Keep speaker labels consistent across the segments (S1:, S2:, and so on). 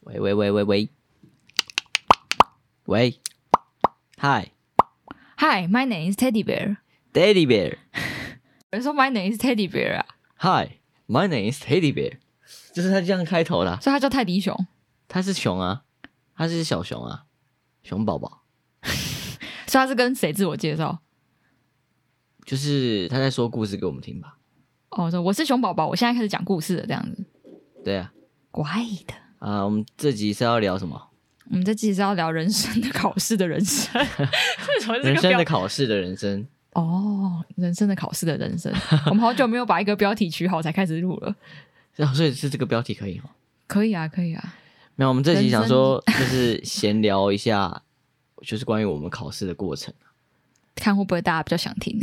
S1: 喂喂喂喂喂，喂，Hi
S2: Hi, my name is Teddy Bear。
S1: Teddy Bear。
S2: 有人说 My name is Teddy Bear 啊，
S1: Hi, my name is Teddy Bear，就是他这样开头的啊。
S2: 所以他叫泰迪熊。
S1: 他是熊啊，他是小熊啊，熊宝宝。
S2: 所以他是跟谁自我介绍？
S1: 就是他在说故事给我们听吧？
S2: 哦，说我是熊宝宝，我现在开始讲故事了，这样子。
S1: 对啊，
S2: 怪的，
S1: 啊、我们这集是要聊什么？
S2: 我们这期是要聊人生的考试的人生， 为什么是这
S1: 人
S2: 个
S1: 生
S2: 标
S1: 的考试的人生。
S2: 哦，人生的考试的人 生。我们好久没有把一个标题取好才开始录了。
S1: 啊所以是这个标题可以吗？哦
S2: 可以啊，可以啊。
S1: 没有，我们这集想说 就是闲聊一下，就是关于我们考试的过程。
S2: 看会不会大家比较想听？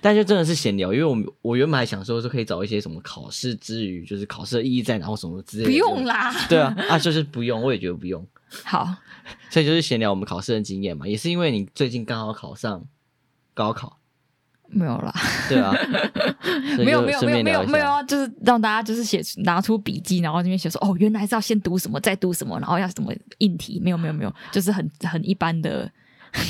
S1: 但就真的是闲聊，因为我们我原本还想说是可以找一些什么考试之余，就是考试的意义在哪或什么之类的。
S2: 不用。啦。
S1: 对啊，啊，就是不用，我也觉得不用。
S2: 好，
S1: 所以就是闲聊我们考试的经验嘛，也是因为你最近刚好考上高考，
S2: 没有啦，
S1: 对 啊，所以就
S2: 没有没有
S1: 顺
S2: 没有
S1: 便
S2: 没
S1: 聊
S2: 有
S1: 一下
S2: 没有啊要，就是让大家就是写拿出笔记，然后这边写说哦，原来是要先读什么，再读什么，然后要什么硬题。没有没有没有，就是很很一般的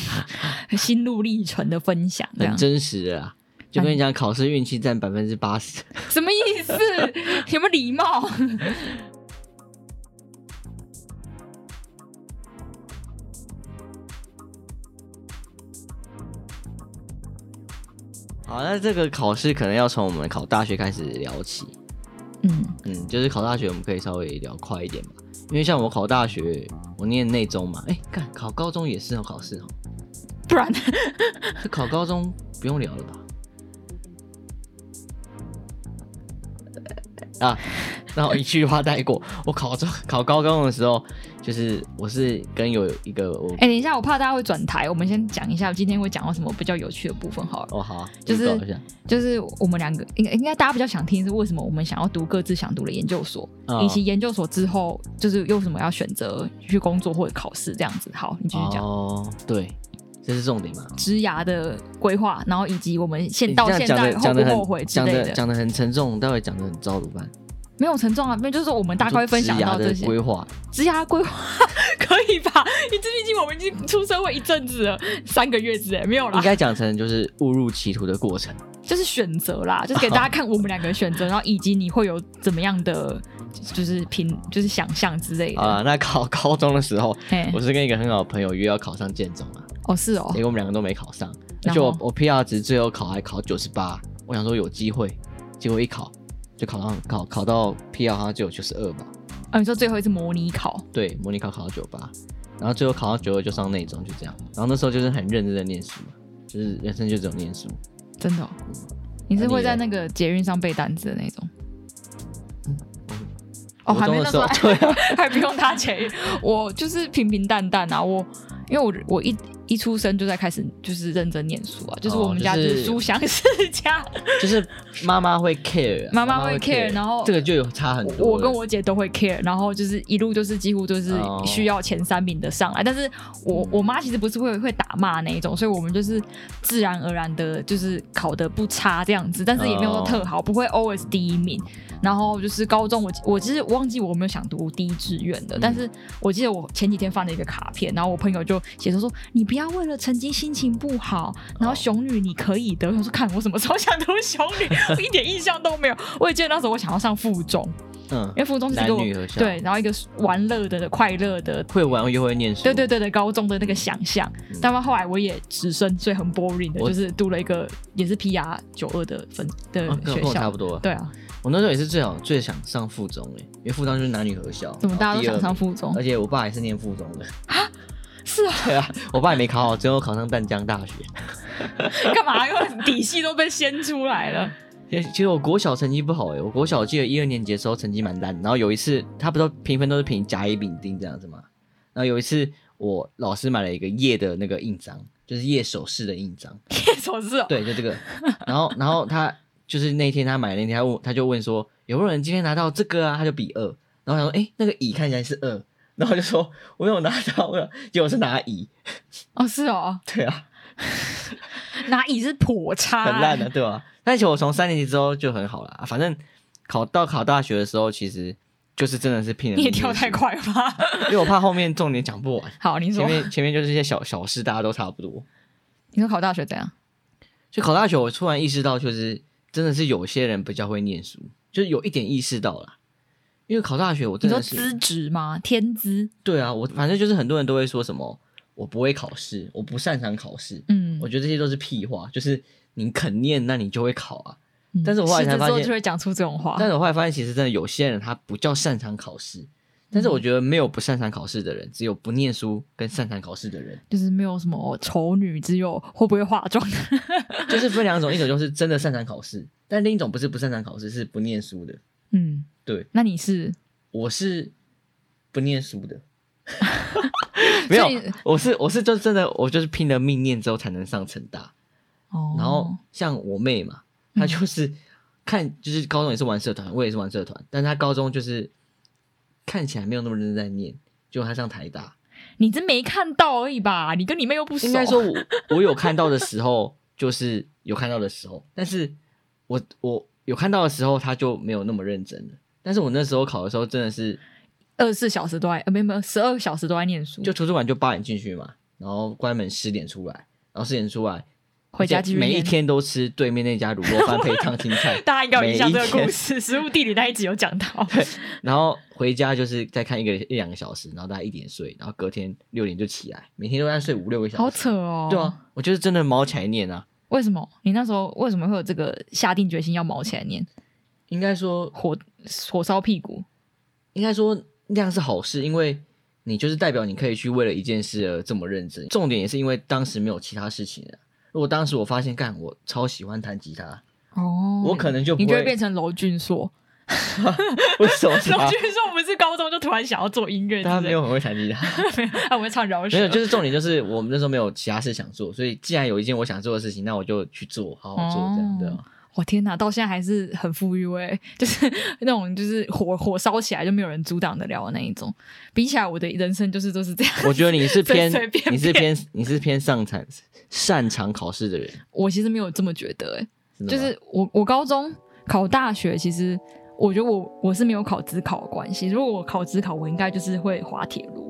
S2: 心路历程的分享，这
S1: 很
S2: 样
S1: 嗯真实的啦。就跟你讲，考试运气占百分之八十。
S2: 什么意思？有没有礼貌？
S1: 好，那这个考试可能要从我们考大学开始聊起。
S2: 嗯，
S1: 嗯，就是考大学我们可以稍微聊快一点嘛，因为像我考大学，我念内中嘛，哎、干考高中也是要考试哦，
S2: 不然
S1: 这考高中不用聊了吧？啊，那我一句话带过。我考中考高中的时候，就是我是跟有一个我、
S2: 哎、等一下，我怕大家会转台，我们先讲一下今天会讲到什么比较有趣的部分好了。
S1: 哦好啊，
S2: 就是
S1: 预告一下
S2: 就是我们两个应该应该大家比较想听是为什么我们想要读各自想读的研究所，
S1: 哦
S2: 以及研究所之后就是又为什么要选择去工作或者考试这样子。好，你继续讲。
S1: 哦，对，这是重点嘛。
S2: 职涯的规划，然后以及我们现
S1: 你
S2: 到
S1: 这
S2: 现
S1: 样讲
S2: 在
S1: 的
S2: 后
S1: 讲
S2: 不
S1: 的
S2: 后悔
S1: 很
S2: 之
S1: 讲
S2: 类
S1: 的
S2: 的，
S1: 讲的很沉重，待会讲的很糟怎么办？
S2: 没有沉重啊，没有就是我们大概会分享
S1: 就职涯
S2: 到这
S1: 的
S2: 些
S1: 规划，
S2: 职涯规划 可以吧？你这毕竟我们已经出社会一阵子了，三个月之内没有啦
S1: 应，该讲成就是误入歧途的过程。
S2: 就是选择啦，就是给大家看我们两个选择，然后以及你会有怎么样的，就是评，就是想象之类
S1: 好
S2: 的。
S1: 了，那考 高中的时候，
S2: 哎
S1: 我，是跟一个很好的朋友约要考上建中啊，
S2: 哦是哦
S1: 结，果我们两个都没考上，而
S2: 然
S1: 且
S2: 后
S1: 我我 PR 值最后考还考九十八，我想说有机会，结果一考就考上考考到 PR 好像只有九十二吧，
S2: 哦你说最后一次模拟考，
S1: 对，模拟考考到九八，然后最后考到九二就上内中，就这样。然后那时候就是很认真的念书嘛，就是人生就只有念书，
S2: 真的、哦，你是会在那个捷运上背单词的那种。
S1: 国
S2: 哦，还没
S1: 嗯中
S2: 那
S1: 的时
S2: 时
S1: 候
S2: 候
S1: 对啊，
S2: 还 不用搭捷运，我就是平平淡淡啊。我因为我我一一出生就在开始就是认真念书啊，就是
S1: 哦
S2: 我们家就
S1: 就是
S2: 是书香世家，
S1: 就是妈妈会 care，啊
S2: 妈妈会 care，然后
S1: 这个就有差很多了。
S2: 我我跟我姐都会 care，然后就是一路就是几乎就是
S1: 哦嗯
S2: 需要前三名的上来，但是我我妈其实不是会会打骂那一种，所以我们就是自然而然的就是考得不差这样子，但是也没有说
S1: 哦
S2: 特好，不会 always 第一名。然后就是高中我我其实忘记我有没有想读第一志愿的，
S1: 嗯
S2: 但是我记得我前几天翻了一个卡片，然后我朋友就写着说你不要为了成绩心情不好，然后
S1: 哦
S2: 熊女你可以的。我想说看我什么时候想读熊女， 我一点印象都没有。我也记得那时候我想要上附中。
S1: 嗯
S2: 因，为附中是一个我
S1: 男女合校
S2: 对，然后一个玩乐的、快乐的，
S1: 会玩又会念书，
S2: 对对对的高中的那个想象。但后来我也直升，所以很 boring 的，
S1: 嗯我
S2: 就是读了一个也是 PR 九二的分的
S1: 啊，跟我
S2: 学
S1: 跟我差
S2: 校
S1: 不。多。
S2: 对啊，
S1: 我那时候也是最好最想上附中诶、因为附中就是男女合校，
S2: 怎么大
S1: 然
S2: 家都
S1: 后
S2: 想
S1: 第二
S2: 上
S1: 名
S2: 附中
S1: 而？且我爸也是念附中的，
S2: 是啊，
S1: 对啊，我爸也没考好，最后考上淡江大学。
S2: 干嘛？因为底细都被掀出来了。
S1: 其实其实我国小成绩不好诶、欸我国小我记得一二年级的时候成绩蛮烂，然后有一次他不都评分都是评甲乙丙丁这样子嘛，然后有一次我老师买了一个叶的那个印章，就是叶首饰的印章，
S2: 叶手是哦，
S1: 对，就这个。然后，然后他就是那天他买那天，他问他就问说有没有人今天拿到这个啊？他就比二，然后他说哎、诶那个乙看起来是二，然后就说我有拿到了，结果是拿乙，
S2: 哦是哦，
S1: 对啊，
S2: 拿椅是颇差，啊
S1: 很烂啊的、对吧、但其实我从三年级之后就很好了，反正考到考大学的时候，其实就是真的是拼了
S2: 你也
S1: 命
S2: 跳
S1: 练
S2: 太
S1: 习，
S2: 快了吧？
S1: 因为我怕后面重点讲不完，
S2: 好，你
S1: 前
S2: 说，
S1: 面前面就是一些小小事，大家都差不多。
S2: 你说考大学怎样？
S1: 所以考大学，我突然意识到，就是真的是有些人比较会念书，就是有一点意识到啦。因为考大学，我
S2: 你
S1: 真
S2: 说
S1: 的是
S2: 资质吗？天资？
S1: 对啊，我反正就是很多人都会说什么我不会考试，我不擅长考试，
S2: 嗯
S1: 我，觉得这些都是屁话，就是你肯念，那你就会考啊。
S2: 嗯
S1: 但是我后来
S2: 狮
S1: 才
S2: 子
S1: 发
S2: 座
S1: 现
S2: 就会讲出这种话。嗯
S1: 但是我后来发现，其实真的有些人他不叫擅长考试，但
S2: 嗯
S1: 是我觉得没有不擅长考试的人，只有不念书跟擅长考试的人，
S2: 就是没有什么丑女，只有会不会化妆。
S1: 就是分两种，一种就是真的擅长考试，但另一种不是不擅长考试，是不念书的。
S2: 嗯，
S1: 对，
S2: 那你是
S1: 我是不念书 的，没有
S2: 所以，
S1: 我是我是就真的，我就是拼了命念之后才能上成大。
S2: 哦，嗯
S1: 然后像我妹嘛，她就是看就是高中也是玩社团，我也是玩社团，但是她高中就是看起来没有那么认真在念，结果她上台大。
S2: 你真没看到而已吧？你跟你妹又不熟。
S1: 应该说我我有看到的时候，就是有看到的时候，但是我我有看到的时候，他就没有那么认真了。但是我那时候考的时候，真的是
S2: 二十四小时都在，呃，没有没有，十二小时都在念书，
S1: 就图书馆就八点进去嘛，然后关门十点出来，然后十点出来
S2: 回家继续
S1: 每一
S2: 念。，
S1: 天都吃对面那家卤肉饭配烫青菜
S2: 大家应该有印象这
S1: 每一
S2: 个
S1: 天
S2: 故事，《食物地理》那一集有讲到。
S1: 然后回家就是再看一个一两个小时，然后大概一点睡，然后隔天六点就起来，每天都在睡五六个小
S2: 好
S1: 时。
S2: 扯哦。
S1: 对，啊，我就是真的毛起来念啊。
S2: 为什么你那时候为什么会有这个下定决心要毛起来念
S1: 应该说
S2: 火火烧屁股？
S1: 应该说那样是好事，因为你就是代表你可以去为了一件事而这么认真。重点也是因为当时没有其他事情了。如果当时我发现，干我超喜欢弹吉他，
S2: 哦，
S1: 我可能就不
S2: 你就会
S1: 会
S2: 变成娄俊硕。
S1: 为什 么是
S2: 娄
S1: 他？
S2: 俊硕不是高中就突然想要做音乐之类的，
S1: 但他没有很会弹吉他，
S2: 没 有，他会唱饶舌。
S1: 啊没有，就是重点就是我们那时候没有其他事想做，所以既然有一件我想做的事情，那我就去做，好好做，这样
S2: 哦
S1: 对啊。
S2: 我、天哪，到现在还是很富裕哎、就是 那种就是火火烧起来就没有人阻挡得了的那一种。比起来，我的人生就是都是这样。
S1: 我觉得你是偏
S2: 随随便，便
S1: 你是偏，你是偏擅长擅长考试的人，
S2: 我其实没有这么觉得哎、
S1: 真的
S2: 就
S1: 吗
S2: 是我我高中考大学，其实我觉得我我是没有考职考的关系。如果我考职考，我应该就是会滑铁卢。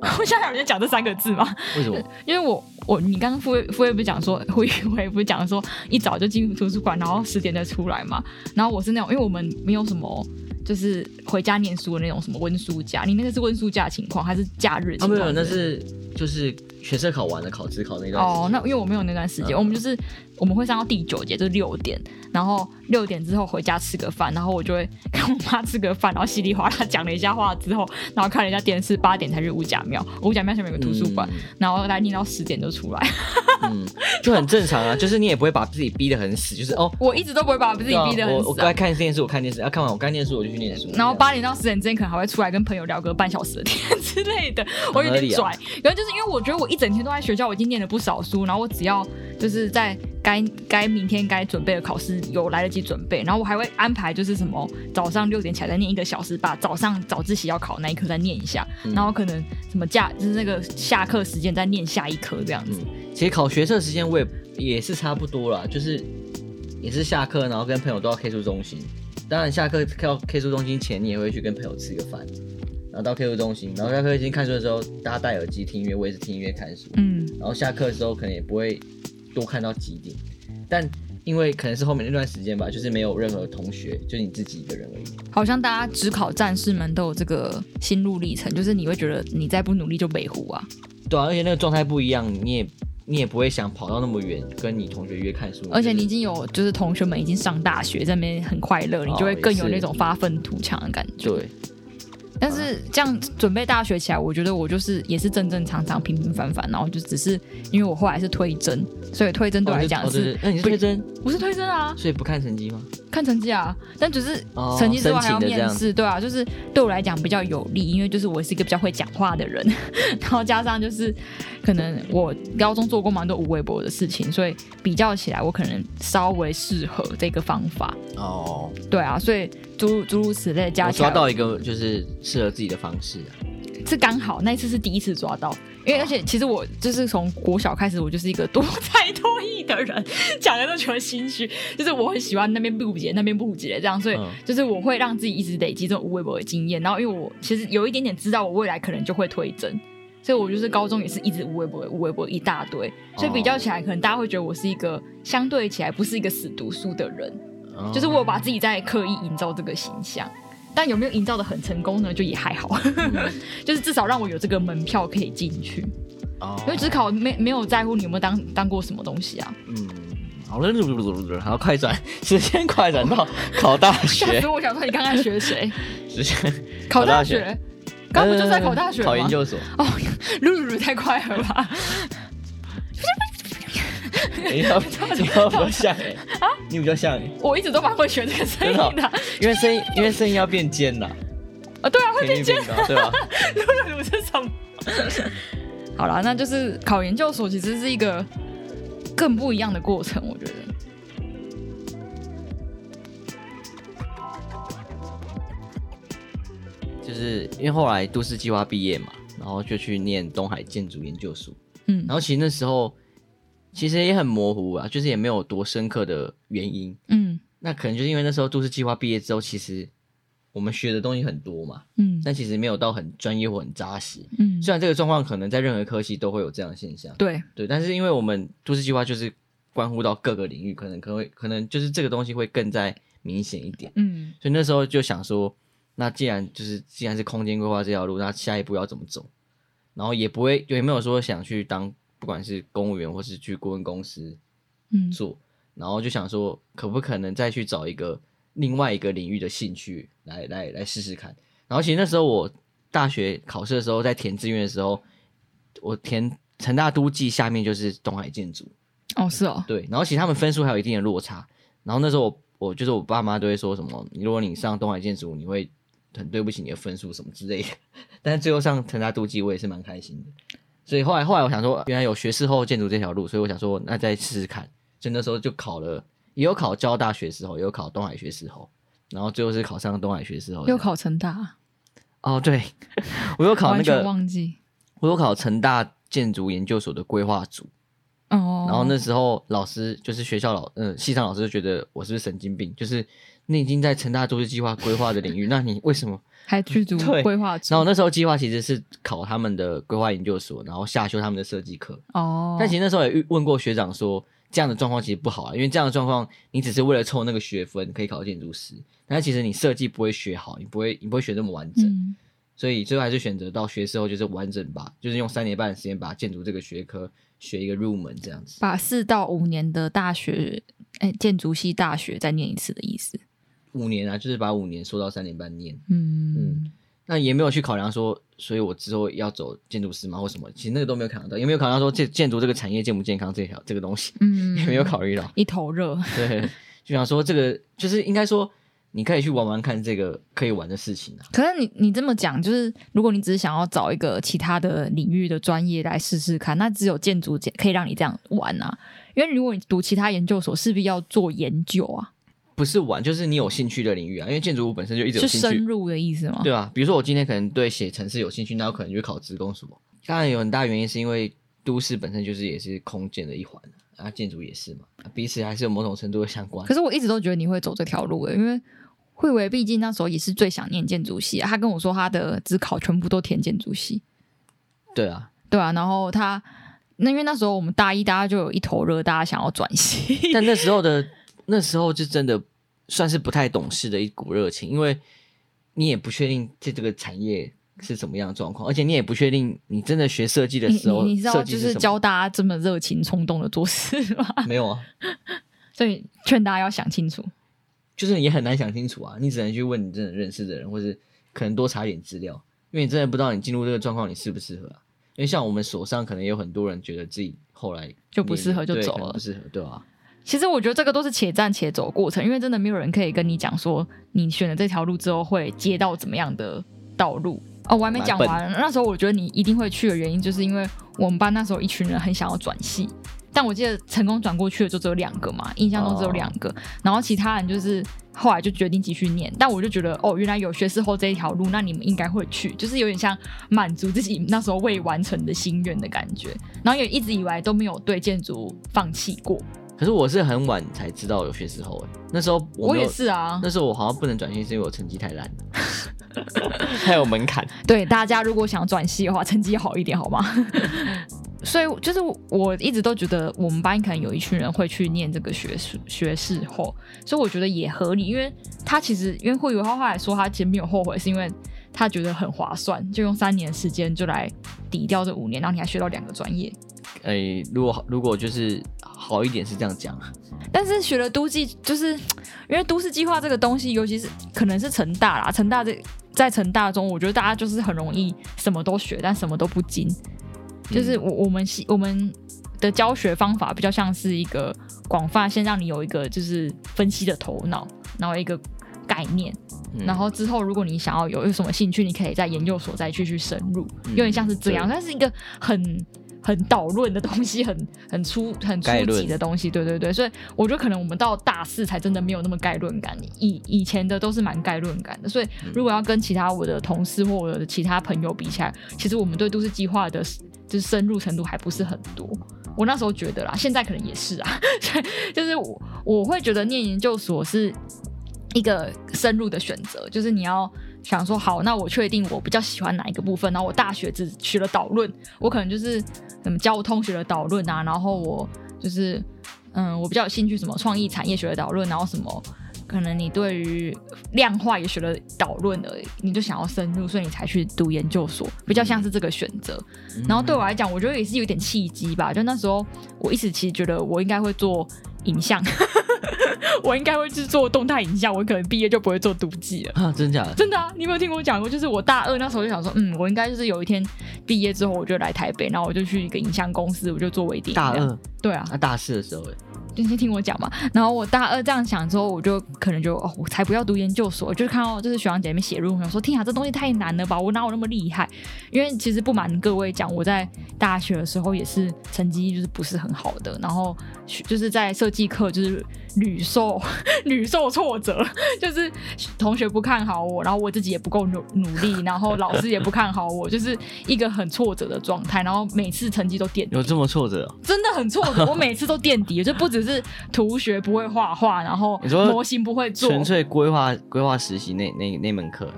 S2: 我现在有人讲这三个字吗？
S1: 为什么？
S2: 因为我我你刚刚傅傅卫不是讲说，胡一伟不是讲说一早就进图书馆，然后十点再出来嘛。然后我是那种，因为我们没有什么就是回家念书的那种什么温书假，你那个是温书假情况还是假日
S1: 啊，
S2: 情
S1: 没
S2: 况？
S1: 有，那是就是学测考完了，考职考那段时间
S2: 哦，那因为我没有那段时间，
S1: 嗯
S2: 我们就是我们会上到第九节，就是六点，然后六点之后回家吃个饭，然后我就会 跟我妈吃个饭，然后稀里哗啦讲了一下话之后，然后看了一下电视，八点才去五甲庙，五甲庙下面有个图书馆，然后来念到十点就出来。
S1: 嗯， 就很正常啊，就是你也不会把自己逼得很死，就是哦，
S2: 我一直都不会把自己逼
S1: 对
S2: 得
S1: 啊
S2: 很
S1: 我我
S2: 死啊、
S1: 该看电视，我看电视，啊，看完我该念书我就去念书，
S2: 然后八点到十点之间，可能还会出来跟朋友聊个半小时的天之类的，我有
S1: 合
S2: 点
S1: 理啊
S2: 拽。然后就是因为我觉得我一整天都在学校，我已经念了不少书，然后我只要就是在该该明天该准备的考试有来得及准备，然后我还会安排就是什么早上六点起来再念一个小时，把早上早自习要考的那一科再念一下，
S1: 嗯
S2: 然后可能什么假就是那个下课时间再念下一科这样子。
S1: 嗯其实考学测时间我也也是差不多啦，就是也是下课，然后跟朋友都到 K 书中心，当然下课到 K 书中心前你也会去跟朋友吃个饭，然后到 K 书中心，然后下课已经看书的时候，大家戴耳机听音乐，我也是听音乐看书，
S2: 嗯，
S1: 然后下课的时候可能也不会多看到几点，但因为可能是后面那段时间吧，就是没有任何同学，就你自己一个人而已。
S2: 好像大家只考战士们都有这个心路历程，就是你会觉得你再不努力就北湖啊。
S1: 对啊，而且那个状态不一样，你也你也不会想跑到那么远跟你同学约看书，
S2: 而且你
S1: 就
S2: 已
S1: 是
S2: 经有就是同学们已经上大学，在那边很快乐，
S1: 哦
S2: 你就会更有那种发愤图强的感觉。
S1: 对，啊
S2: 但是这样准备大学起来，我觉得我就是也是正正常常、平平凡凡，然后就只是因为我后来是推甄，所以推甄对我来讲
S1: 哦
S2: 是、
S1: 对那你是推甄，
S2: 我是推甄啊，
S1: 所以不看成绩吗？
S2: 看成绩啊，但只是
S1: 哦
S2: 成绩之外还
S1: 申
S2: 要
S1: 请的这
S2: 面
S1: 样
S2: 试，对啊，就是对我来讲比较有利，因为就是我是一个比较会讲话的人， 然后加上就是可能我高中做过蛮多无微博的事情，所以比较起来，我可能稍微适合这个方法。
S1: 哦，
S2: 对啊，所以诸诸如此类加
S1: 我
S2: 起来，
S1: 抓到一个就是适合自己的方式啊、
S2: 是刚好那一次是第一次抓到，因为而且其实我就是从国小开始，我就是一个多才多艺的人， 讲的都觉得心虚，就是我很喜欢那边不解那边不解这样，所以
S1: 嗯
S2: 就是我会让自己一直累积这种无微不微的经验，然后因为我其实有一点点知道我未来可能就会推甄。所以我就是高中也是一直无微不微、无微不微一大堆，所以比较起来，可能大家会觉得我是一个相对起来不是一个死读书的人，
S1: 哦
S2: 就是我有把自己在刻意营造这个形象，但有没有营造的很成功呢？就也还好，
S1: 嗯
S2: 就是至少让我有这个门票可以进去。
S1: 哦
S2: 因为只考没没有在乎你有没有当当过什么东西啊，
S1: 嗯，好了，好快转， 时间快转 到考大学
S2: 吓死，我！想说你刚刚学谁？
S1: 时间
S2: 考大
S1: 大
S2: 学？刚不就是在
S1: 呃
S2: 考大学吗？
S1: 考研究所。
S2: 哦，露露太快了吧？
S1: 你 要你要比较像哎、
S2: 啊
S1: 你比较像哎、
S2: 我一直都蛮会学这个声
S1: 真
S2: 音的
S1: 的哦因为声音因为声音要变尖啦，
S2: 啊，对啊，会
S1: 频率变高，对吧？
S2: 露露是什么？ 好啦，那就是考研究所其实是一个更不一样的过程，我觉得。
S1: 就是因为后来都市计划毕业嘛，然后就去念东海建筑研究所，
S2: 嗯
S1: 然后其实那时候其实也很模糊啊，就是也没有多深刻的原因。
S2: 嗯
S1: 那可能就是因为那时候都市计划毕业之后，其实我们学的东西很多嘛，
S2: 嗯
S1: 但其实没有到很专业或很扎实。
S2: 嗯，
S1: 虽然这个状况可能在任何科系都会有这样的现象，
S2: 对，
S1: 对，但是因为我们都市计划就是关乎到各个领域，可能可能会可能就是这个东西会更在明显一点，
S2: 嗯
S1: 所以那时候就想说，那既然就是既然是空间规划这条路，那下一步要怎么走？然后也不会也没有说想去当不管是公务员或是去顾问公司
S2: 嗯
S1: 做，然后就想说可不可能再去找一个另外一个领域的兴趣来来来试试看。然后其实那时候我大学考试的时候，在填志愿的时候，我填成大都计下面就是东海建筑，
S2: 哦是哦，
S1: 对，然后其实他们分数还有一定的落差。然后那时候我我就是我爸妈都会说什么，如果你上东海建筑，你会很对不起你的分数什么之类的。 但是最后上成大都计，我也是蛮开心的。所以后来后来我想说，原来有学士后建筑这条路，所以我想说那再试试看。所以那时候就考了，也有考交大学士后，也有考东海学士后，然后最后是考上东海学士后。
S2: 又考成大，
S1: 哦，对， 我有考那
S2: 完全
S1: 个，
S2: 忘记
S1: 我有考成大建筑研究所的规划组。
S2: 哦。
S1: 然后那时候老师就是学校老，嗯，系上老师就觉得我是不是神经病？就是你已经在成大都市计划规划的领域，那你为什么？
S2: 还去读
S1: 对
S2: 规划组
S1: 然后那时候计划其实是考他们的规划研究所，然后下修他们的设计课。
S2: 哦，
S1: 但其实那时候也遇问过学长说，这样的状况其实不好啊，因为这样的状况你只是为了凑那个学分可以考建筑师，但其实你设计不会学好，你不会你不会学那么完整，
S2: 嗯
S1: 所以最后还是选择到学士后就是完整吧，就是用三年半的时间把建筑这个学科学一个入门这样子。
S2: 把四到五年的大学，哎，建筑系大学再念一次的意思。
S1: 五年啊，就是把五年缩到三年半念，
S2: 嗯
S1: 那也没有去考量说，所以我之后要走建筑师吗或什么，其实那个都没有考量到，也没有考量说建建筑这个产业健不健康这条这个东西，
S2: 嗯
S1: 也没有考虑到。
S2: 一头热。
S1: 对，就想说这个就是应该说，你可以去玩玩看这个可以玩的事情啊。
S2: 可是你你这么讲，就是如果你只是想要找一个其他的领域的专业来试试看，那只有建筑可以让你这样玩啊。因为如果你读其他研究所，势必要做研究啊，
S1: 不是玩，就是你有兴趣的领域啊，因为建筑物本身就一直有
S2: 是
S1: 兴
S2: 深
S1: 趣，
S2: 入的意思吗？
S1: 对啊，比如说我今天可能对写城市有兴趣，那我可能就去考职工所。当然有很大原因是因为都市本身就是也是空间的一环啊，建筑也是嘛，彼此还是有某种程度的相关
S2: 可。是我一直都觉得你会走这条路欸诶、因为慧维毕竟那时候也是最想念建筑系、啊，他跟我说他的职考全部都填建筑系，
S1: 对啊，
S2: 对啊，然后他那因为那时候我们大一大家就有一头热，大家想要转系，
S1: 但那时候的那时候就真的算是不太懂事的一股热情，因为你也不确定这这个产业是什么样的状况，而且你也不确定你真的学设计的
S2: 你
S1: 时候，
S2: 你你知道
S1: 设
S2: 就
S1: 计
S2: 是
S1: 什么
S2: 教大家这么热情冲动的做事吗？
S1: 没有啊，
S2: 所以劝大家要想清楚。
S1: 就是也很难想清楚啊，你只能去问你真的认识的人，或是可能多查点资料，因为你真的不知道你进入这个状况你适不适合啊。因为像我们手上可能有很多人觉得自己后来
S2: 就不适合就
S1: 对
S2: 走
S1: 可能
S2: 了
S1: 不适合对啊吧、
S2: 其实我觉得这个都是且战且走的过程，因为真的没有人可以跟你讲说你选了这条路之后会接到怎么样的道路。哦，我还没讲完。那时候我觉得你一定会去的原因，就是因为我们班那时候一群人很想要转系，但我记得成功转过去的就只有两个嘛，印象中只有两个，然后其他人就是后来就决定继续念，但我就觉得哦，原来有学士后这一条路，那你们应该会去，就是有点像满足自己那时候未完成的心愿的感觉。然后也一直以来都没有对建筑放弃过，
S1: 可是我是很晚才知道有学士后诶、那时候我
S2: 我
S1: 没有
S2: 也是啊
S1: 那。时候我好像不能转系，是因为我成绩太烂了， 还有门槛。
S2: 对大家如果想转系的话，成绩好一点 好吗？所以就是我一直都觉得我们班可能有一群人会去念这个学士学士后，所以我觉得也合理，因为他其实因为会有他后来说他其实没有后悔，是因为他觉得很划算，就用三年时间就来抵掉这五年，然后你还学到两个专业。
S1: 诶、哎如果如果就是好一点是这样讲，啊
S2: 但是学了都计，就是因为都市计划这个东西，尤其是可能是成大啦，成大这在成大中，我觉得大家就是很容易什么都学，但什么都不精。就是我我们系我们的教学方法比较像是一个广泛，先让你有一个就是分析的头脑，然后一个概念，
S1: 嗯
S2: 然后之后如果你想要有有什么兴趣，你可以在研究所再去去深入，
S1: 嗯
S2: 有点像是这样，
S1: 对
S2: 它是一个很。很导论的东西，很很粗很
S1: 概
S2: 初级
S1: 论
S2: 的东西，对对对，所以我觉得可能我们到大四才真的没有那么概论感，以以前的都是蛮概论感
S1: 嗯
S2: 的，所以如果要跟其他我的同事或我的其他朋友比起来，其实我们对都市计划的就是深入程度还不是很多。我那时候觉得啦，现在可能也是啊， 就是我我会觉得念研究所是一个深入的选择，就是你要想说，好，那我确定我比较喜欢哪一个部分，然后我大学只学了导论，我可能就是什么交通学的导论啊，然后我就是嗯，我比较有兴趣什么创意产业学的导论，然后什么。可能你对于量化也学了导论啊而已，你嗯就想要深入，所以你才去读研究所，嗯比较像是这个选择。然后对我来讲，我觉得也是有点契机吧。就那时候，我一直其实觉得我应该会做影像，我应该会去做动态影像，我可能毕业就不会做读记了。
S1: 啊，真假的？
S2: 真的啊，你有没有听我讲过？就是我大二那时候就想说，嗯，我应该就是有一天毕业之后，我就来台北，然后我就去一个影像公司，我就做微电影。
S1: 大二，
S2: 对啊，
S1: 啊，大四的时候、欸，
S2: 就先听我讲嘛。然后我大二这样想之后，我就可能就哦，我才不要读研究所，就是看到就是学长姐妹写论文，我说天啊，这东西太难了吧，我哪有那么厉害？因为其实不瞒各位讲，我在大学的时候也是成绩就是不是很好的，然后学就是在设计课就是屡受 屡受挫折，就是同学不看好我，然后我自己也不够努努力，然后老师也不看好我，就是一个很挫折的状态，然后每次成绩都垫底
S1: 有这么挫折哦、
S2: 真的很挫 折，我每次都垫底，就不只是图学不会画画，然后
S1: 你说
S2: 模型不会做，
S1: 纯粹规划规划实习那那那门课啊，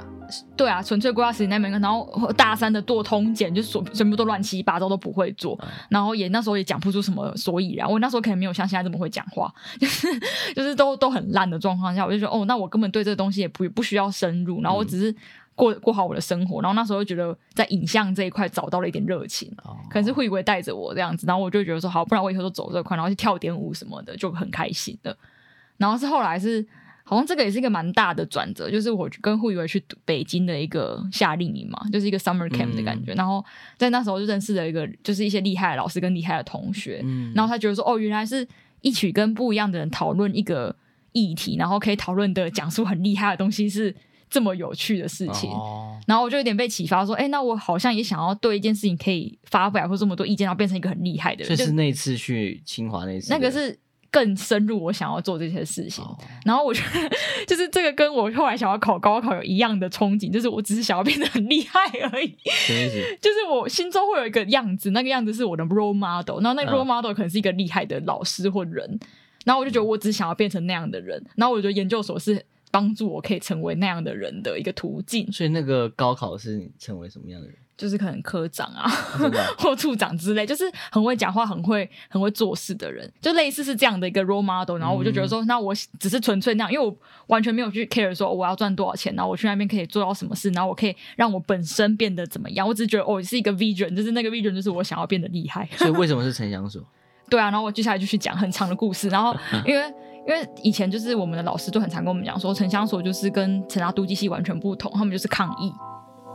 S2: 对啊，纯粹规划实习那门课，然后大三的做通检，就所全部都乱七八糟都不会做，然后也那时候也讲不出什么所以然，我那时候可能没有像现在这么会讲话，就是就是都都很烂的状况下，我就说哦，那我根本对这个东西也不不需要深入，然后我只是过过好我的生活，然后那时候就觉得在影像这一块找到了一点热情，
S1: 哦
S2: 可能是慧慧带着我这样子，然后我就觉得说好，不然我以后就走这块，然后去跳点舞什么的，就很开心的。然后是后来是好像这个也是一个蛮大的转折，就是我跟慧慧去读北京的一个夏令营嘛，就是一个 summer camp 的感觉。然后在那时候就认识了一个，就是一些厉害的老师跟厉害的同学。
S1: 嗯
S2: 然后他觉得说，哦，原来是一起跟不一样的人讨论一个议题，然后可以讨论的讲出很厉害的东西，是这么有趣的事情。
S1: 哦
S2: 然后我就有点被启发，说，哎，那我好像也想要对一件事情可以发表或这么多意见，然后变成一个很厉害的
S1: 所
S2: 人。
S1: 以
S2: 就是
S1: 那一次去清华那一次的，
S2: 那个是更深入我想要做这些事情。
S1: 哦
S2: 然后我觉得，就是这个跟我后来想要考高考有一样的憧憬，就是我只是想要变得很厉害而已。
S1: 什么意思？
S2: 就是我心中会有一个样子，那个样子是我的 role model，然后那个
S1: 嗯
S2: role model 可能是一个厉害的老师或人，然后我就觉得我只想要变成那样的人，然后我觉得研究所是帮助我可以成为那样的人的一个途径，
S1: 所以那个高考是你成为什么样 的人？
S2: 就是可能科长啊。
S1: 真的哦
S2: 或处长之类，就是很会讲话、很会很会做事的人，就类似是这样的一个 role model。然后我就觉得说，那我只是纯粹那样，因为我完全没有去 care 说我要赚多少钱，然后我去那边可以做到什么事，然后我可以让我本身变得怎么样。我只是觉得哦，是一个 vision，就是那个 vision 就是我想要变得厉害。
S1: 所以为什么是城乡所？
S2: 对啊，然后我接下来就去讲很长的故事，然后因为。因为以前就是我们的老师就很常跟我们讲说，城乡所就是跟城大都计系完全不同，他们就是抗议，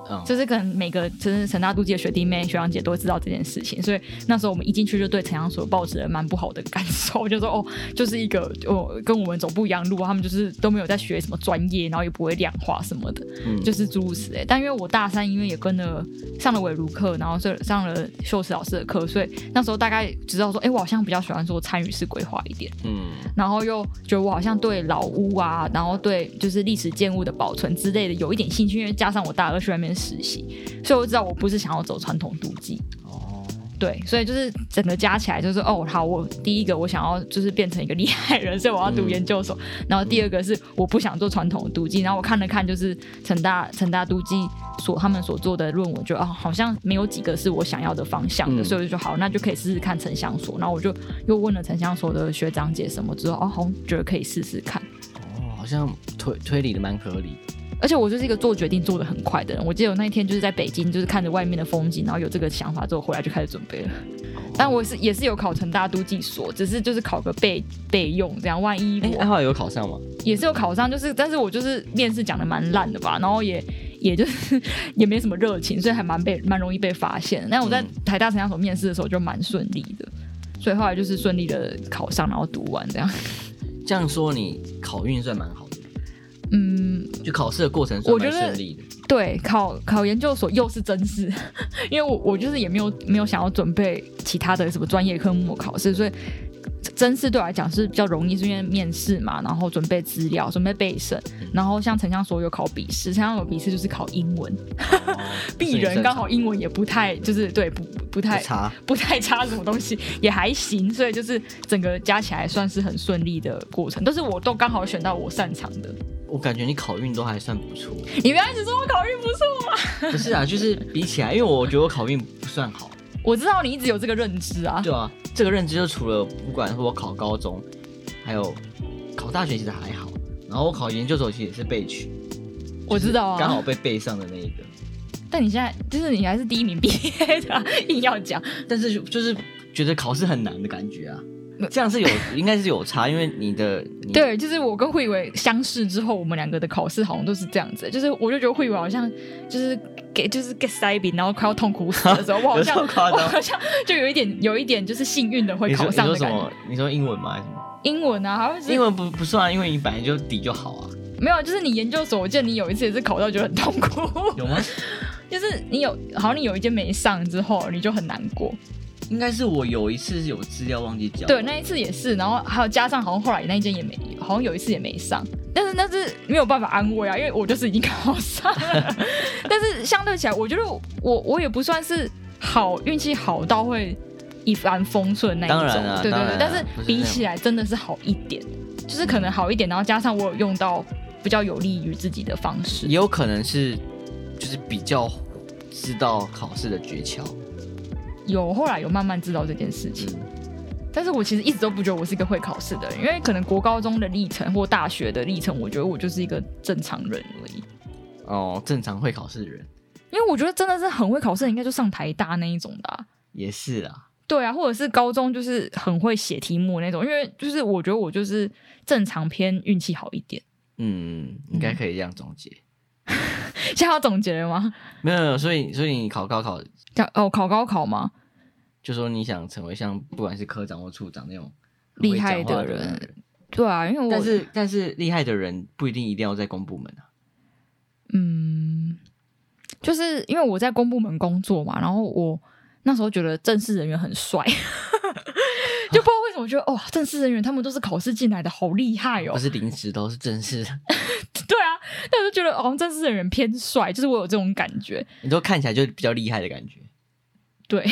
S1: 嗯，
S2: 就是可能每个就是成大都记的学弟妹、学长姐都会知道这件事情，所以那时候我们一进去就对城乡所抱着蛮不好的感受，就说哦，就是一个哦跟我们走不一样路，啊，他们就是都没有在学什么专业，然后也不会量化什么的，
S1: 嗯
S2: 就是诸如此类。但因为我大三，因为也跟了上了韦如课，然后就上了秀慈老师的课，所以那时候大概知道说，哎、我好像比较喜欢做参与式规划一点。
S1: 嗯
S2: 然后又觉得我好像对老屋啊，然后对就是历史建物的保存之类的有一点兴趣，因为加上我大二去外面实习，所以我知道我不是想要走传统都记，
S1: 哦，
S2: 对，所以就是整个加起来就是哦，好，我第一个我想要就是变成一个厉害人，所以我要读
S1: 嗯
S2: 研究所，然后第二个是我不想做传统的都记，然后我看了看就是成大成大都记所他们所做的论文，就啊、好像没有几个是我想要的方向的，
S1: 嗯
S2: 所以我就说好，那就可以试试看城乡所，然后我就又问了城乡所的学长姐什么之后，哦，好像觉得可以试试看。
S1: 哦，好像推推理的蛮合理的。
S2: 而且我就是一个做决定做的很快的人。我记得我那一天就是在北京，就是看着外面的风景，然后有这个想法之后回来就开始准备了。
S1: 哦
S2: 但我是也是有考成大都计所，只是就是考个备备用，这样万一
S1: 哎、
S2: 我
S1: 还好有考上吗？
S2: 也是有考上，就是但是我就是面试讲的蛮烂的吧，然后也 也就是也没什么热情，所以还蛮被蛮容易被发现的。但我在
S1: 嗯
S2: 台大城乡所面试的时候就蛮顺利的，所以后来就是顺利的考上，然后读完这样。
S1: 这样说你考运算蛮好的，
S2: 嗯，
S1: 就考试的过程算
S2: 我觉
S1: 蛮
S2: 得
S1: 顺利的。
S2: 对，考考研究所又是真事， 因为我我就是也没有没有想要准备其他的什么专业科目考试，所以真事对我来讲是比较容易，是因为面试嘛，然后准备资料，准备备审，然后像城乡所有考笔试，城乡所有笔试就是考英文， 鄙人刚好英文也不太就是对不不太
S1: 太差，
S2: 不太差什么东西，也还行，所以就是整个加起来算是很顺利的过程，都是我都刚好选到我擅长的。
S1: 我感觉你考运都还算不错。
S2: 你不要一直说我考运不错吗？
S1: 不是啊，就是比起来，因为我觉得我考运不算好。
S2: 我知道你一直有这个认知啊，
S1: 对啊，这个认知就除了不管是我考高中，还有考大学其实还好，然后我考研究所其实也是被取，
S2: 我知道啊，
S1: 刚好被背上的那一个。
S2: 但你现在就是你还是第一名毕业的啊， 硬要讲，
S1: 但是就就是觉得考试很难的感觉啊
S2: 那，
S1: 这样是有 应该是有差，因为你的你
S2: 对，就是我跟慧伟相识之后，我们两个的考试好像都是这样子，就是我就觉得慧伟好像就是给就是 get 塞饼，然后快要痛苦死的时候，我好像
S1: 有这么夸
S2: 我
S1: 张
S2: 好像就有一点有一点就是幸运的会
S1: 你说
S2: 考上
S1: 你
S2: 的
S1: 说什
S2: 感觉
S1: 么，？你说英文吗？还是什么？
S2: 英文啊，好像是
S1: 英文不不算啊，因为你本来就底就好啊，
S2: 没有，就是你研究所，我记得你有一次也是考到觉得很痛苦，
S1: 有吗？
S2: 就是你有好像你有一间没上之后，你就很难过，
S1: 应该是我有一次是有资料忘记交，
S2: 对，那一次也是，然后还有加上好像后来那一间也没，好像有一次也没上，但是那是没有办法安慰啊，因为我就是已经考上了。 但是相对起来，我觉得我我也不算是好运气好到会一帆风顺那一种，
S1: 当然啊
S2: 对对
S1: 当
S2: 对
S1: 然啊。
S2: 但是
S1: 不是那
S2: 比
S1: 种
S2: 起来真的是好一点，就是可能好一点，然后加上我有用到比较有利于自己的方式
S1: 也。有可能是就是比较知道考试的诀窍，
S2: 有后来有慢慢知道这件事情，
S1: 嗯。
S2: 但是我其实一直都不觉得我是一个会考试的人，因为可能国高中的历程或大学的历程，我觉得我就是一个正常人而已。
S1: 哦，正常会考试的人
S2: 因为我觉得真的是很会考试的，应该就上台大那一种的啊、
S1: 也是啦。
S2: 对啊，或者是高中就是很会写题目那种，因为就是我觉得我就是正常偏运气好一点。
S1: 嗯，应该可以这样总结。
S2: 现在要总结了吗？
S1: 没有没有，所以所以你考高考，
S2: 考哦，考高考吗？
S1: 就说你想成为像不管是科长或处长那种
S2: 厉
S1: 会讲
S2: 害的
S1: 话
S2: 人
S1: 人，
S2: 对啊，因为我
S1: 但是但是厉害的人不一定一定要在公部门啊。
S2: 嗯，就是因为我在公部门工作嘛，然后我那时候觉得正式人员很帅， 就不知道为什么觉得哦，正式人员他们都是考试进来的，好厉害哦
S1: 不。是临时都是正式，
S2: 对啊，但我就觉得好像正式人员偏帅，就是我有这种感觉。
S1: 你都看起来就比较厉害的感觉。
S2: 对，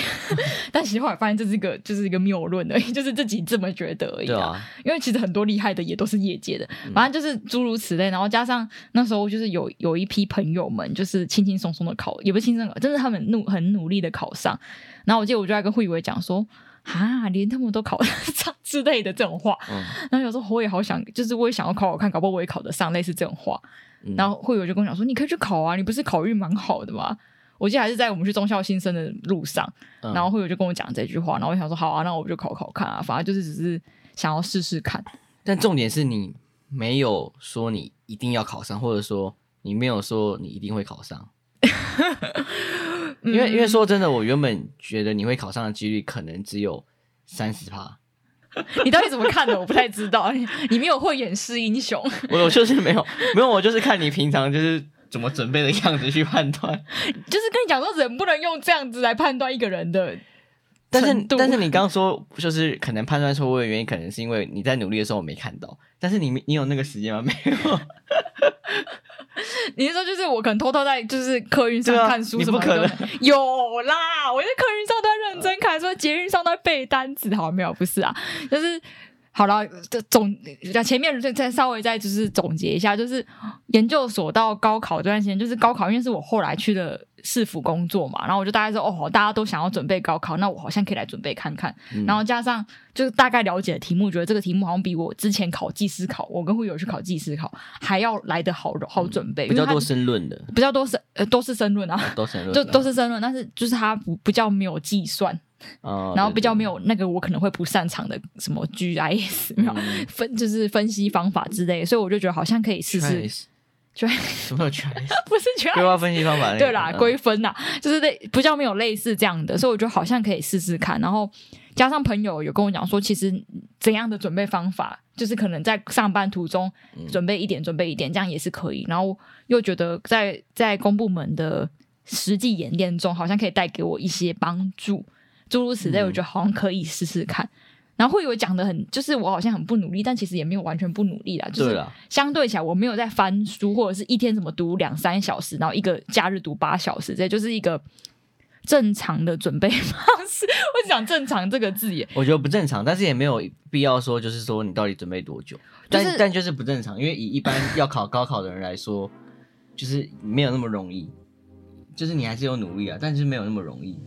S2: 但其实后来发现这是一个就是一个谬论而已， 就是自己这么觉得而已、
S1: 对啊，嗯
S2: 因为其实很多厉害的也都是业界的，反正就是诸如此类。然后加上那时候就是有有一批朋友们，就是轻轻松松的考，也不是轻松地考，真的他们努很努力的考上。然后我记得我就在跟慧伟讲说。啊，连他们都考得上 之类的这种话，
S1: 嗯
S2: 然后有时候我也好想，就是我也想要考考看，搞不好我也考得上，类似这种话。
S1: 嗯
S2: 然后慧友就跟我讲说：“你可以去考啊，你不是考运蛮好的吗？”我记得还是在我们去中校新生的路上，
S1: 嗯
S2: 然后慧友就跟我讲这句话，然后我想说：“好啊，那我就考考看啊，反正就是只是想要试试看。
S1: 但重点是你 没有说你一定要考上，或者说你没有说你一定会考上，”因
S2: 嗯
S1: 为因为说真的，我原本觉得你会考上的几率可能只有三十趴，
S2: 你到底怎么看的？我不太知道， 你你没有慧眼识英雄。
S1: 我我就是没有没有，我就是看你平常就是怎么准备的样子去判断。
S2: 就是跟你讲说，人不能用这样子来判断一个人的
S1: 但是
S2: 程度
S1: 但是你刚说就是可能判断错误的原因，可能是因为你在努力的时候我没看到，但是你你有那个时间吗？没有，
S2: 你是说就是我可能偷偷在就是客运上
S1: 对啊
S2: 看书
S1: 你
S2: 什
S1: 不
S2: 么的？
S1: 可
S2: 有啦，我在客运上都在认真看，说捷运上都在背单词，好没有？不是啊，就是好了，这总前面再再稍微再就是总结一下，就是研究所到高考这段时间，就是高考，因为是我后来去的市府工作嘛，然后我就大概说哦，大家都想要准备高考，那我好像可以来准备看看。
S1: 嗯
S2: 然后加上就是大概了解的题目，觉得这个题目好像比我之前考技师考，我跟会友去考技师考还要来的好好准备，
S1: 嗯比较多
S2: 是
S1: 申论的，
S2: 比较多是呃都是申论啊，
S1: 都申论
S2: 就
S1: 的，
S2: 都是申论，但是就是它不不叫没有计算，
S1: 哦，
S2: 然后比较没
S1: 有
S2: 有那个我可能会不擅长的什么 GIS 没有。
S1: 嗯
S2: 分就是分析方法之类的，所以我就觉得好像可以试试，就
S1: 什么 choice
S2: 不是 g
S1: 规
S2: i
S1: 划分析方法那个，
S2: 对啦，
S1: 啊嗯
S2: 规分呐，就是类不叫没有类似这样的，所以我觉得好像可以试试看。然后加上朋友有跟我讲说，其实怎样的准备方法，就是可能在上班途中
S1: 嗯
S2: 准备一点，准备一点，这样也是可以。然后又觉得在在公部门的实际演练中，好像可以带给我一些帮助，诸如此类，
S1: 嗯
S2: 我觉得好像可以试试看。然后会有讲的很，就是我好像很不努力，但其实也没有完全不努力啦，就
S1: 对
S2: 是
S1: 啦，
S2: 相对起来，我没有在翻书，或者是一天怎么读两三小时，然后一个假日读八小时，这就是一个正常的准备方式。 我只讲“正常”这个字眼，
S1: 我觉得不正常，但是也没有必要说，就是说你到底准备多久，
S2: 就是
S1: 但但就是不正常，因为以一般要考高考的人来说，就是没有那么容易，就是你还是有努力啊，但是没有那么容易，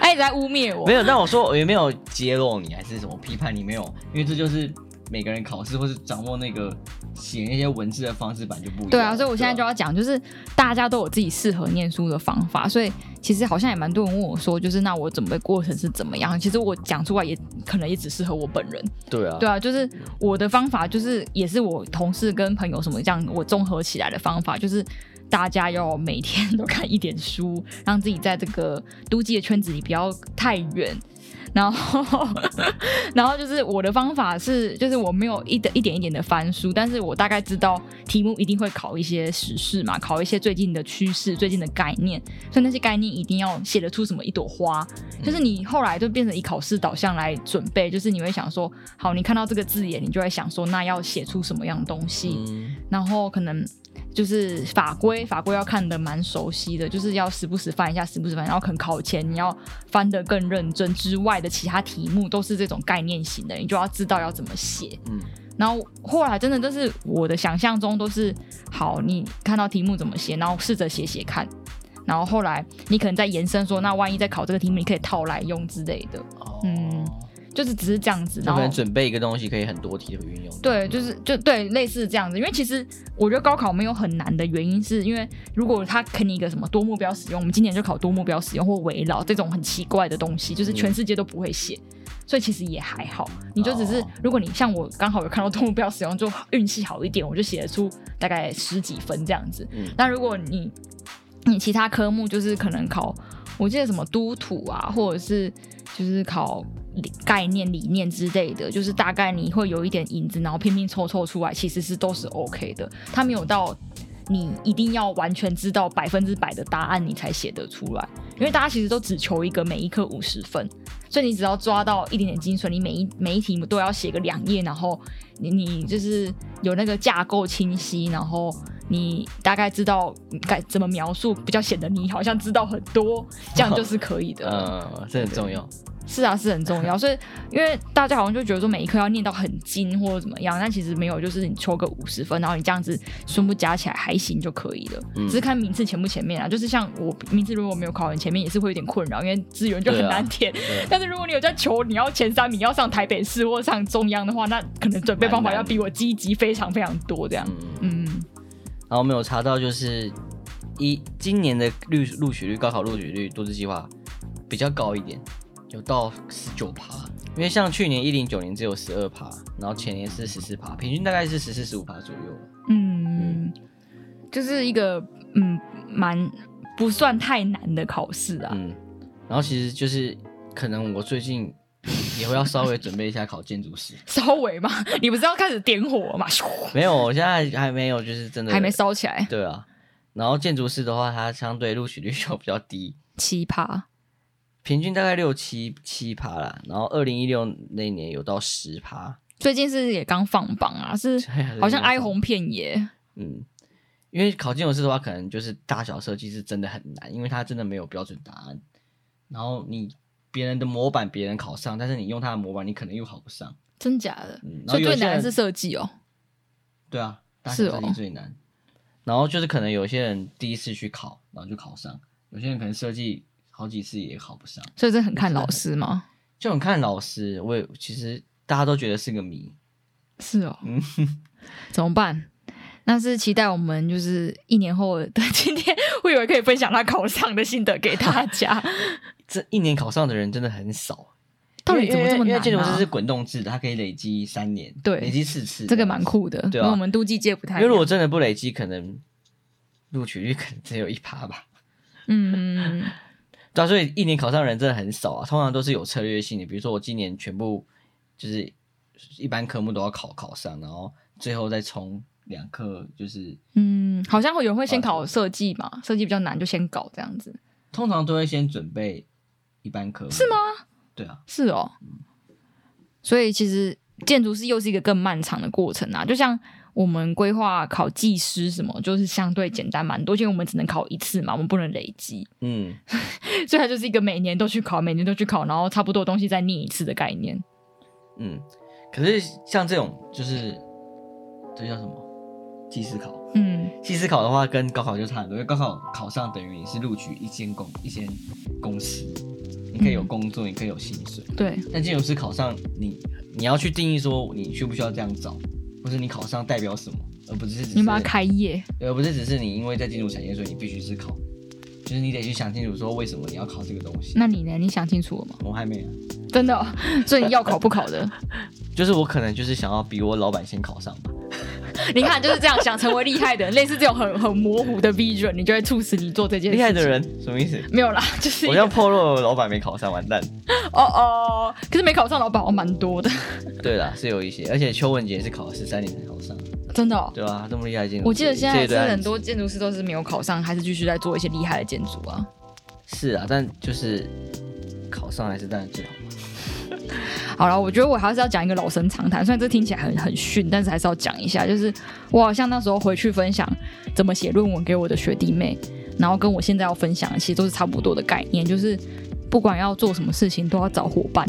S2: 哎，你在污蔑我
S1: 没。有。但我说我也没有揭露你，还是什么批判你没有，因为这就是每个人考试或是掌握那个写那些文字的方式版就不一样。
S2: 对啊，所以我现在就
S1: 对啊
S2: 要讲，就是大家都有自己适合念书的方法，所以其实好像也蛮多人问我说，就是那我准备过程是怎么样？其实我讲出来也可能也只适合我本人，
S1: 对啊，
S2: 对啊，就是我的方法，就是也是我同事跟朋友什么这样，我综合起来的方法，就是大家要每天都看一点书，让自己在这个都记的圈子里不要太远。然后， 然后就是我的方法是，就是我没有一点一点一点的翻书，但是我大概知道题目一定会考一些时事嘛，考一些最近的趋势、最近的概念，所以那些概念一定要写得出什么一朵花，就是你后来就变成以考试导向来准备，就是你会想说，好，你看到这个字眼，你就会想说，那要写出什么样的东西？
S1: 嗯
S2: 然后可能就是法规，法规要看得蛮熟悉的，就是要时不时翻一下，时不时翻。然后可能考前你要翻得更认真之外的其他题目都是这种概念型的，你就要知道要怎么写。
S1: 嗯，
S2: 然后后来真的就是我的想象中都是，好，你看到题目怎么写，然后试着写写看。然后后来你可能在延伸说，那万一在考这个题目，你可以套来用之类的，
S1: 哦
S2: 嗯就是只是这样子。
S1: 就
S2: 然
S1: 可
S2: 后
S1: 能准备一个东西可以很多题都运用。
S2: 对，就是就对，类似这样子。因为其实我觉得高考没有很难的原因，是因为如果他给你一个什么多目标使用，我们今年就考多目标使用或围绕这种很奇怪的东西，就是全世界都不会写。所以其实也还好，你就只是
S1: 哦
S2: 如果你像我刚好有看到多目标使用，就运气好一点，我就写得出大概十几分这样子。
S1: 嗯
S2: 那如果你你其他科目就是可能考，我记得什么都土啊，或者是就是考理概念、理念之类的，就是大概你会有一点影子，然后拼拼凑凑出来，其实是都是 OK 的。它没有到你一定要完全知道百分之百的答案，你才写得出来，因为大家其实都只求一个每一科五十分，所以你只要抓到一点点精髓，你每一每一题都要写个两页，然后你你就是有那个架构清晰，然后你大概知道该怎么描述，比较显得你好像知道很多，这样就是可以的。
S1: 呃，这很重要。
S2: 是啊，是很重 要。所以，因为大家好像就觉得说每一科要念到很精或者怎么样，但其实没有，就是你抽个五十分，然后你这样子全部加起来还行就可以了。
S1: 嗯
S2: 只是看名次前不前面啊。就是像我名次如果没有考很前面，也是会有点困扰，因为资源就很
S1: 对啊
S2: 难填。
S1: 对啊
S2: 但是如果你有在求你要前三名，要上台北市或上中央的话，那可能准备方法
S1: 蛮难的
S2: 要比我积极非常非常多这样。
S1: 嗯。
S2: 嗯，
S1: 然后我们有查到，就是一今年的录录取率、高考录取率、多次计划比较高一点，有到十九趴。因为像去年一零九年只有十二趴，然后前年是十四趴，平均大概是十四十五趴左右。
S2: 嗯，就是一个嗯蛮不算太难的考试啊。
S1: 嗯，然后其实就是可能我最近也会要稍微准备一下考建筑 师，
S2: 稍微嘛，你不是要开始点火了吗？咻
S1: 没有，我现在还没有，就是真的
S2: 还没烧起来，
S1: 对啊。然后建筑师的话，它相对录取率就比较低，
S2: 奇葩。
S1: 平均大概六七七趴啦。然后二零一六那一年有到十趴，
S2: 最近是也刚放榜啊，是 好像哀鸿遍野。
S1: 嗯，因为考建筑师的话，可能就是大小设计是真的很难，因为它真的没有标准答案。然后你别人的模板别人考上，但是你用他的模板，你可能又考不上。
S2: 真假的？
S1: 嗯，然
S2: 所
S1: 后
S2: 以
S1: 有
S2: 最
S1: 些
S2: 难
S1: 人
S2: 的是设计哦。
S1: 对啊，大
S2: 是
S1: 学
S2: 哦
S1: 设计最难。然后就是可能有些人第一次去考，然后就考上；有些人可能设计好几次也考不上，
S2: 所以这很看老师 吗？
S1: 就很看老师。我也其实大家都觉得是个谜，
S2: 是哦
S1: 嗯，
S2: 怎么办？那是期待我们就是一年后的 今天，我以为可以分享他考上的心得给大家。
S1: 这一年考上的人真的很少。
S2: 到底
S1: 因为
S2: 怎么这么
S1: 因为因为
S2: 难
S1: 建筑师是
S2: 啊？
S1: 滚动制的，它可以累积三年，
S2: 对
S1: 累积四次，
S2: 这个蛮。酷的，
S1: 对
S2: 跟
S1: 啊
S2: 我们都记界不太
S1: 因
S2: 一
S1: 为
S2: 样。
S1: 如果真的不累积，可能录取率 可能只有一趴吧。
S2: 嗯，
S1: 对啊，所以一年考上的人真的很少啊，通常都是有策略性的，比如说我今年全部就是一般科目都要考考上，然后最后再冲两科，就是
S2: 嗯，好像会有人会先考设计嘛，设计比较难，就先搞这样子。
S1: 通常都会先准备一般科目，是吗？对啊，
S2: 是哦，所以其实建筑师又是一个更漫长的过程啊，就像。我们规划考技师什么，就是相对简单蛮多，因为我们只能考一次嘛，我们不能累积，
S1: 嗯，
S2: 所以它就是一个每年都去考，每年都去考，然后差不多的东西再念一次的概念。
S1: 嗯，可是像这种就是这叫什么？技师考，
S2: 嗯，
S1: 技师考的话跟高考就差很多，因为高考考上等于你是录取一间公一间公司，你可以有
S2: 嗯
S1: 工作，你可以有薪水。
S2: 对，
S1: 但建筑师考上，你你要去定义说你需不需要这样找，或是你考上代表什么，而不是只是
S2: 你把它开业，
S1: 而不是只是你因为在建筑产业，所以你必须是考，就是你得去想清楚说为什么你要考这个东西。
S2: 那你呢？你想清楚了吗？
S1: 我还没啊，
S2: 真的哦、所以你要考不考的？
S1: 就是我可能就是想要比我老板先考上吧。
S2: 你看就是这样，想成为厉害的 人，类似这种很很模糊的 vision，你就会促使你做这件事。
S1: 厉害的人什么意思？
S2: 没有啦， 就是一
S1: 我
S2: 个
S1: 要破落我老板没考上，完蛋。
S2: 哦哦，可是没考上老板好像蛮多的，
S1: 对啦，是有一些，而且邱文杰是考了十三年才考上，
S2: 真的哦、
S1: 对啊，这么厉害的建筑师。
S2: 我记得现在
S1: 这一
S2: 是
S1: 段
S2: 很多建筑师都是没有考上，还是继续在做一些厉害的建筑啊。
S1: 是啊，但就是考上还是当然最好。
S2: 好了，我觉得我还是要讲一个老生常谈，虽然这听起来很很逊，但是还是要讲一下。就是我好像那时候回去分享怎么写论文给我的学弟妹，然后跟我现在要分享的其实都是差不多的概念，就是不管要做什么事情都要找伙伴，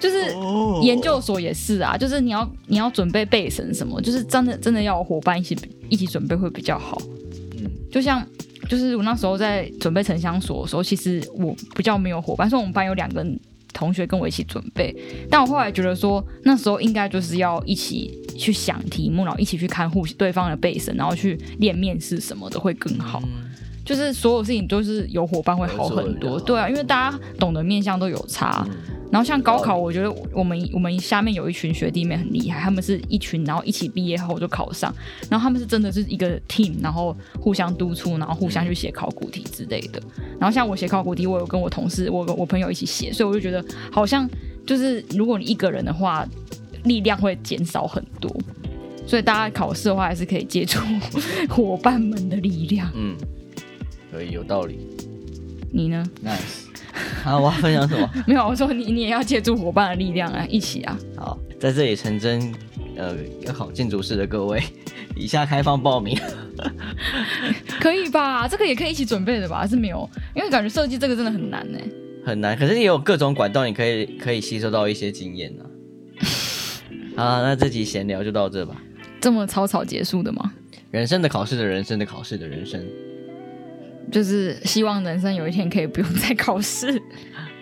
S2: 就是。
S1: 哦
S2: 呃研究所也是啊，就是你要你要准备备审什么，就是真的真的要有伙伴一起一起准备会比较好。
S1: 嗯
S2: 就像就是我那时候在准备城乡所的时候，其实我比较没有伙伴，所以我们班有两个同学跟我一起准备，但我后来觉得说那时候应该就是要一起去想题目，然后一起去看互对方的背审，然后去练面试什么的会更好。
S1: 嗯
S2: 就是所有事情都是有伙伴会好很
S1: 合作
S2: 多，
S1: 比较好
S2: 对啊，因为大家懂得面向都有差。
S1: 嗯
S2: 然后像高考，我觉得我们我们下面有一群学弟妹很厉害，他们是一群，然后一起毕业后就考上，然后他们是真的是一个 team，然后互相督促，然后互相去写考古题之类的。然后像我写考古题，我有跟我同事、我跟我朋友一起写，所以我就觉得好像就是如果你一个人的话，力量会减少很多。所以大家考试的话，还是可以借助 伙伴们的力量。
S1: 嗯，可以有道理
S2: 你呢？
S1: ，nice。啊，我要分享什么？
S2: 没有，我说你你也要借助伙伴的力量啊，一起啊。
S1: 好，在这里成真，呃，要考建筑师的各位，以下开放报名。
S2: 可以吧？这个也可以一起准备的吧？还是没有，因为感觉设计这个真的很难欸呢、
S1: 很难，可是也有各种管道，你可以可以吸收到一些经验啊。啊，那这集闲聊就到这吧。
S2: 这么草草结束的吗？
S1: 人生的考试的人生的考试的人生，
S2: 就是希望人生有一天可以不用再考试。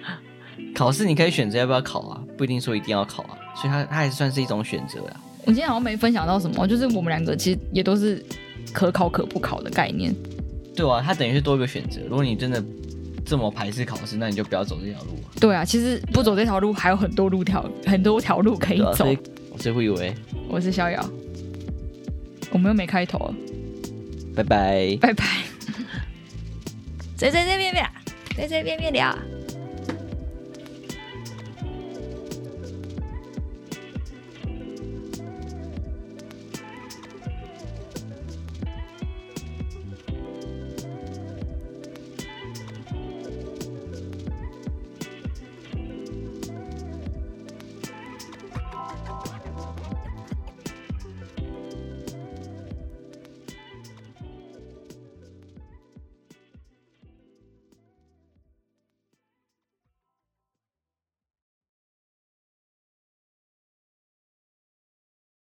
S1: 考试你可以选择要不要考啊，不一定说一定要考啊，所以它它还是算是一种选择啊。
S2: 我今天好像没分享到什么，就是我们两个其实也都是可考可不考的概念。
S1: 对啊，它等于是多一个选择。如果你真的这么排斥考试，那你就不要走这条路啊。
S2: 对啊，其实不走这条路还有很多路条，很多条路可以
S1: 对啊，
S2: 走
S1: 所。以所以会以为，
S2: 我是逍遥，我们又没开头了，
S1: 拜拜。
S2: 拜拜。随随便便，随随便便聊。